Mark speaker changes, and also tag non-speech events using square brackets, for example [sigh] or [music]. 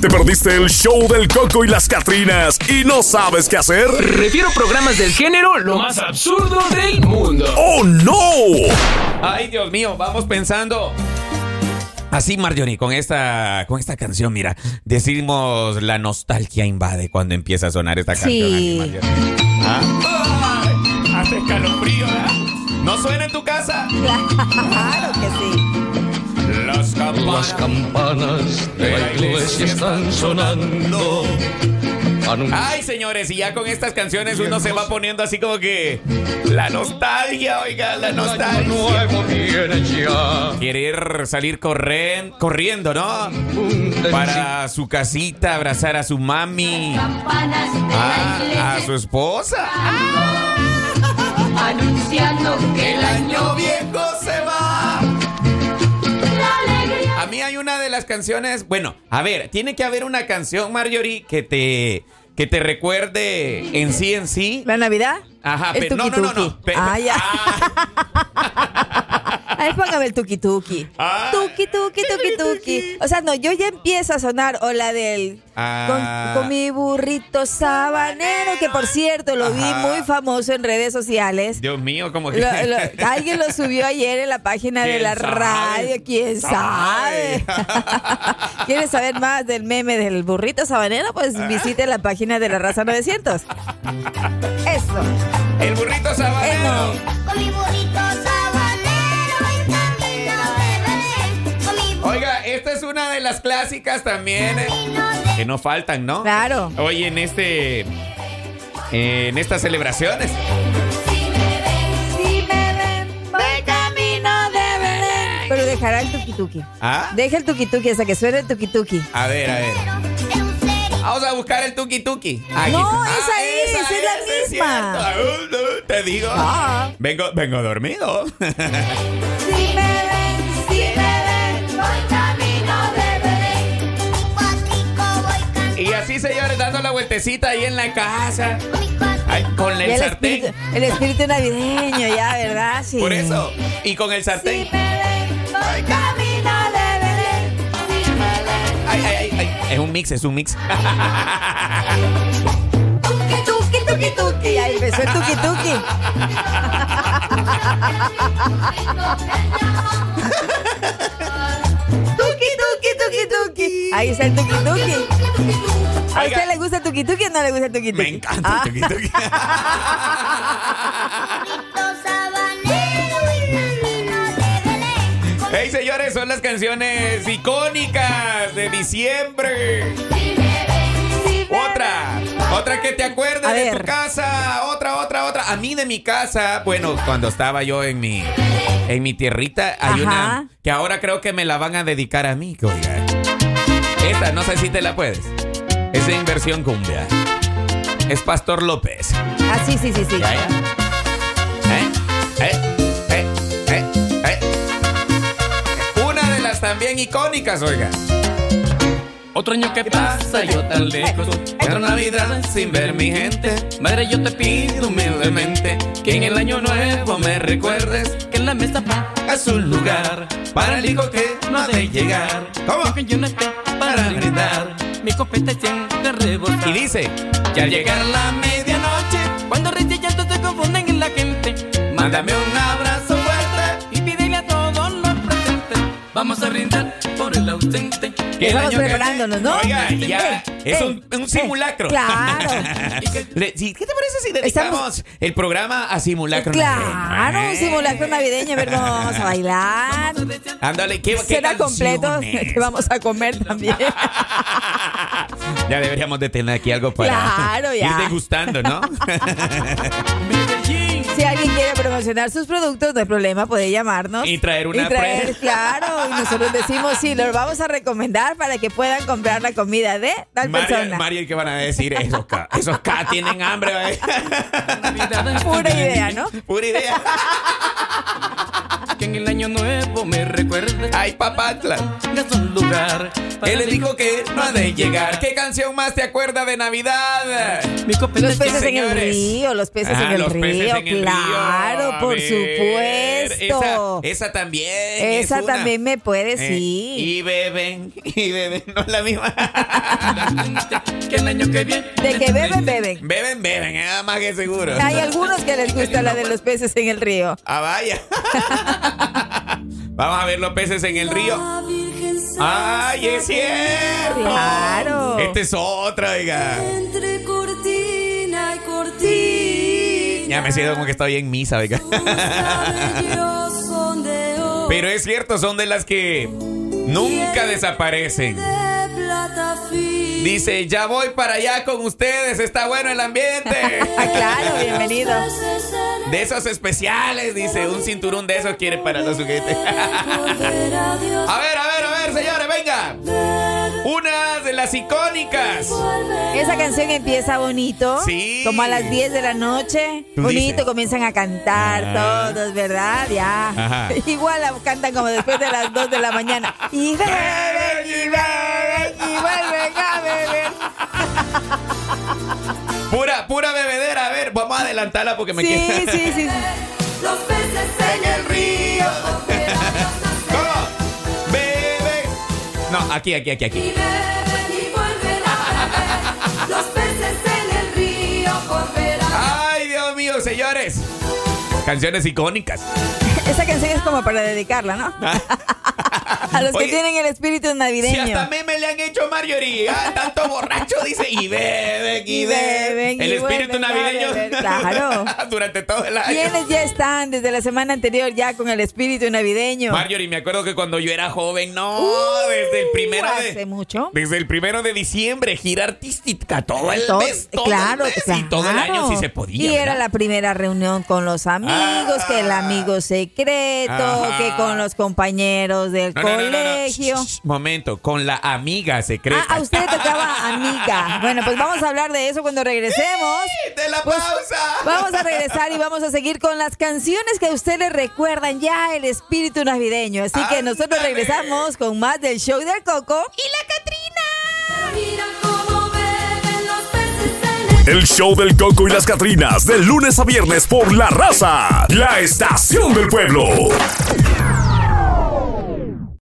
Speaker 1: ¿Te perdiste el show del Coco y las Catrinas y no sabes qué hacer?
Speaker 2: Refiero programas del género lo más absurdo del mundo.
Speaker 1: ¡Oh, no!
Speaker 3: Ay, Dios mío, vamos pensando. Así, Marjorie, con esta, con esta canción, mira, decimos la nostalgia invade cuando empieza a sonar esta canción.
Speaker 4: Sí.
Speaker 3: así, Marjorie. ¿Ah? ¡Ay! Hace escalofrío, ¿verdad? ¿No suena en tu casa?
Speaker 4: Claro que sí.
Speaker 5: Las
Speaker 3: Las campanas.
Speaker 5: campanas de la iglesia están sonando. Anun-
Speaker 3: Ay, señores, y ya con estas canciones uno se va poniendo así como que. La nostalgia, oiga, la
Speaker 5: Un año
Speaker 3: nostalgia.
Speaker 5: nuevo viene ya.
Speaker 3: Querer salir corren- corriendo, ¿no?
Speaker 5: Un
Speaker 3: Para su casita, abrazar a su mami.
Speaker 6: campanas de la
Speaker 3: Ah, a
Speaker 6: iglesia
Speaker 3: su esposa.
Speaker 6: anunciando que el año
Speaker 3: viejo se va.
Speaker 6: la alegría
Speaker 3: A mí hay una de las canciones. Bueno, a ver, tiene que haber una canción, Marjorie, que te. Que te recuerde en sí en sí.
Speaker 4: ¿La Navidad?
Speaker 3: Ajá,
Speaker 4: El
Speaker 3: pero no, no, no, no.
Speaker 4: tuki-tuki.
Speaker 3: Pe-
Speaker 4: Ah, ya.
Speaker 3: Ah,
Speaker 4: Ahí póngame el tuki tuki.
Speaker 3: Ah.
Speaker 4: Tuki tuki tuki tuki. O sea, no, yo ya empiezo a sonar o la del
Speaker 3: Ah.
Speaker 4: con, con mi burrito sabanero, que por cierto lo
Speaker 3: Ajá.
Speaker 4: vi muy famoso en redes
Speaker 3: [laughs]
Speaker 4: sociales.
Speaker 3: Dios mío, como que.
Speaker 4: Lo-
Speaker 3: [laughs]
Speaker 4: lo- alguien lo subió ayer en la página de
Speaker 3: ¿Quién
Speaker 4: la
Speaker 3: sabe?
Speaker 4: radio, quién
Speaker 3: Sabe. [laughs]
Speaker 4: sabe. ¿Quieres saber más del meme del burrito sabanero? Pues
Speaker 3: Ah.
Speaker 4: visite la página de la raza 900. Eso.
Speaker 3: El burrito sabanero.
Speaker 4: Eh,
Speaker 6: con mi burrito sabanero en camino de Belén con mi burrito
Speaker 3: Oiga, esta es una de las clásicas también. eh,
Speaker 6: de
Speaker 3: Que no faltan, ¿no?
Speaker 4: Claro.
Speaker 3: Hoy en este. En estas celebraciones.
Speaker 6: si me ven
Speaker 4: Si me ven, voy camino de Belén. Pero dejará el tuki tuki.
Speaker 3: ¿Ah?
Speaker 4: Deja el tuki tuki, hasta que suene el tuki tuki.
Speaker 3: A ver, a ver.
Speaker 6: en un cerito
Speaker 3: Vamos a buscar el tuki tuki. Ah,
Speaker 4: No, esa es, es la misma.
Speaker 3: es cierto. Uh, uh, te digo.
Speaker 4: Ah.
Speaker 3: Vengo, vengo dormido. [laughs]
Speaker 6: si me ven si me ven voy camino de Belén con mi cuatrico voy cantando
Speaker 3: y así, señores, dando la vueltecita ahí en la casa.
Speaker 6: con mi cuatrico
Speaker 3: Ay, con el,
Speaker 4: Ya
Speaker 3: sartén.
Speaker 4: espíritu, el espíritu navideño, ya, ¿verdad? Sí.
Speaker 3: Por eso. Y con el sartén.
Speaker 6: si me ven voy camino de Belén si me ven
Speaker 3: Ay, ay, ay, ay. Es un mix, es un mix.
Speaker 4: Tuki tuki tuki tuki. Ya empezó el tuki tuki. Tuki tuki tuki tuki. Ahí está el tuki tuki. ¿A
Speaker 3: Oiga.
Speaker 4: usted le gusta el tuki tuki o no le gusta el Ah, tuki
Speaker 3: [laughs]
Speaker 4: tuki?
Speaker 3: Me encanta el
Speaker 4: [laughs]
Speaker 3: tuki tuki.
Speaker 6: sabanero y camino de Belén con
Speaker 3: Hey, señores, son las canciones icónicas de diciembre. Otra, otra que te acuerdes
Speaker 4: A
Speaker 3: de tu
Speaker 4: ver.
Speaker 3: casa, otra, otra, otra. A mí de mi casa, bueno, cuando estaba yo en mi, en mi tierrita, hay
Speaker 4: Ajá.
Speaker 3: una que ahora creo que me la van a dedicar a mí. que oiga. Esta, no sé si te la puedes. Es de inversión cumbia. Es Pastor López.
Speaker 4: Ah, sí, sí, sí, sí.
Speaker 3: Ya, ya. ¿Eh? ¿Eh? ¿Eh? ¿Eh? ¿Eh? Una de las también icónicas, oiga.
Speaker 5: Otro año que pasa, yo tan lejos.
Speaker 3: Otra Navidad sin ver mi gente.
Speaker 5: Madre, yo te pido humildemente que en el año nuevo me
Speaker 3: recuerdes
Speaker 5: recuerdes que la mesa va
Speaker 3: a su lugar para el hijo que no ha de llegar. ¿Cómo?
Speaker 5: Que yo no esté para brindar, mi copeta siempre
Speaker 3: Y
Speaker 5: rebosar.
Speaker 3: dice, y al llegar la medianoche,
Speaker 5: Cuando reyes llanto se confunden en la gente,
Speaker 3: mándame un abrazo fuerte.
Speaker 5: y pídele a todos los presentes. Vamos a brindar por el ausente.
Speaker 3: Que el
Speaker 4: Estamos
Speaker 3: año que-
Speaker 4: preparándonos, ¿no?
Speaker 3: Oiga, ya.
Speaker 4: Eh,
Speaker 3: es
Speaker 4: eh,
Speaker 3: un, un
Speaker 4: eh,
Speaker 3: simulacro. [laughs]
Speaker 4: claro.
Speaker 3: Le- sí, ¿Qué te parece si dedicamos el programa a simulacro?
Speaker 4: Claro,
Speaker 3: navideño? Eh.
Speaker 4: un simulacro navideño, a ver cómo
Speaker 3: [laughs]
Speaker 4: vamos a bailar.
Speaker 3: Ándale, ¿qué, qué
Speaker 4: Será completo [laughs]
Speaker 3: canciones?
Speaker 4: que vamos a comer
Speaker 3: [laughs]
Speaker 4: también.
Speaker 3: ya deberíamos de tener aquí algo para
Speaker 4: Claro, ya.
Speaker 3: ir degustando,
Speaker 4: [laughs]
Speaker 3: ¿no?
Speaker 5: Medellín,
Speaker 4: Si alguien quiere promocionar sus productos, no hay problema, puede llamarnos.
Speaker 3: Y traer una
Speaker 4: Y traer,
Speaker 3: pre-
Speaker 4: [laughs] claro. Y nosotros decimos, sí, los vamos a recomendar para que puedan comprar la comida de tal
Speaker 3: María,
Speaker 4: persona.
Speaker 3: María, ¿qué van a decir? Esos K, esos K tienen hambre. ¿eh? [laughs]
Speaker 5: Navidad
Speaker 3: Pues
Speaker 4: Pura idea, ¿no?
Speaker 3: Pura idea.
Speaker 5: que en el año nuevo me recuerde
Speaker 3: Ay, papatla.
Speaker 5: que es un lugar. para
Speaker 3: Él le dijo que no ha de llegar. ¿Qué
Speaker 5: Que
Speaker 3: canción más te acuerda de Navidad?
Speaker 5: mi copa
Speaker 4: Los
Speaker 5: de
Speaker 4: peces
Speaker 5: queso-
Speaker 4: en el
Speaker 3: señores.
Speaker 4: río, los peces
Speaker 3: Ah,
Speaker 4: en el
Speaker 3: los peces
Speaker 4: río,
Speaker 3: en el río.
Speaker 4: claro,
Speaker 3: A
Speaker 4: por
Speaker 3: ver,
Speaker 4: supuesto.
Speaker 3: Esa, esa también. es
Speaker 4: Esa
Speaker 3: una.
Speaker 4: también me puede,
Speaker 3: Eh,
Speaker 4: sí.
Speaker 3: Y beben, y beben, no es la misma. [laughs]
Speaker 5: que el año que viene.
Speaker 4: De que
Speaker 3: [laughs]
Speaker 4: beben, beben.
Speaker 3: beben, beben, es más que seguro.
Speaker 4: Hay algunos que les gusta la de los peces en el río.
Speaker 3: Ah, vaya. [laughs] Vamos a ver los peces en el río. ¡Ay, es cierto!
Speaker 4: Claro.
Speaker 3: Esta es otra, oiga.
Speaker 7: Entre cortina y cortina.
Speaker 3: Ya me siento como que estoy en misa, oiga. Pero es cierto, son de las que nunca desaparecen. Dice, ya voy para allá con ustedes, está bueno el
Speaker 4: [laughs] Ah,
Speaker 3: ambiente.
Speaker 4: claro, bienvenido.
Speaker 3: De esos especiales, dice, un cinturón de esos quiere para los juguetes. A ver, a ver, a ver, señores, venga. Una de las icónicas.
Speaker 4: Esa canción empieza bonito.
Speaker 3: Sí.
Speaker 4: Como a las 10 de la noche.
Speaker 3: Tú
Speaker 4: Bonito,
Speaker 3: dices.
Speaker 4: comienzan a cantar
Speaker 3: Ah.
Speaker 4: todos, ¿verdad? Ya.
Speaker 3: Ajá.
Speaker 4: [laughs] Igual la cantan como después de las 2 de la mañana. Y beben, y beben, y vuelven a beber.
Speaker 3: [laughs] Pura, pura bebedera. A ver, vamos a adelantarla porque [laughs] me
Speaker 4: Sí,
Speaker 3: quiero-
Speaker 4: sí, sí. sí.
Speaker 7: Los peces en el río.
Speaker 3: ¿Cómo? Bebe. No, aquí, aquí, aquí,
Speaker 7: Y
Speaker 3: aquí.
Speaker 7: beben y vuelven a beber. Los peces en el río volverán.
Speaker 3: Ay, Dios mío, señores. Canciones icónicas.
Speaker 4: Esa canción es como para dedicarla, ¿no? [laughs] A los
Speaker 3: Ah. Oye,
Speaker 4: que tienen el espíritu
Speaker 3: Si
Speaker 4: navideño.
Speaker 3: hasta meme le han hecho Marjorie. Ah, tanto borracho dice. Y beben, y
Speaker 4: Y
Speaker 3: beben.
Speaker 4: beben,
Speaker 3: El
Speaker 4: y
Speaker 3: espíritu
Speaker 4: vuelven a
Speaker 3: navideño. [laughs]
Speaker 4: beber, claro.
Speaker 3: Durante todo el año.
Speaker 4: ¿Quiénes ya están desde la semana anterior ya con el espíritu navideño?
Speaker 3: Marjorie, me acuerdo que cuando yo era joven, no, oh, desde el primero de.
Speaker 4: Uh, ¿hace mucho?
Speaker 3: Desde el primero de diciembre, gira artística todo el
Speaker 4: Todo-
Speaker 3: mes. Todo
Speaker 4: claro,
Speaker 3: el mes,
Speaker 4: claro.
Speaker 3: Y todo el año si se podía.
Speaker 4: Y era
Speaker 3: ¿verdad?
Speaker 4: la primera reunión con los amigos,
Speaker 3: Ah.
Speaker 4: que el amigo secreto,
Speaker 3: Ajá.
Speaker 4: que con los compañeros del
Speaker 3: No, no, no, no, no.
Speaker 4: colegio.
Speaker 3: Shh, shh, Momento, con la amiga secreta.
Speaker 4: Ah, a usted le tocaba amiga. Bueno,
Speaker 3: [laughs]
Speaker 4: pues vamos a hablar de eso cuando regresemos.
Speaker 3: ¡De la
Speaker 4: Pues,
Speaker 3: pausa!
Speaker 4: Vamos a regresar y vamos a seguir con las canciones que a usted le recuerdan ya el espíritu navideño. Así que nosotros
Speaker 3: Ándale.
Speaker 4: regresamos con más del show del Coco y la
Speaker 7: Mira cómo beben los peces en el
Speaker 1: El show del Coco y las Catrinas, de lunes a viernes por La Raza, la estación del pueblo.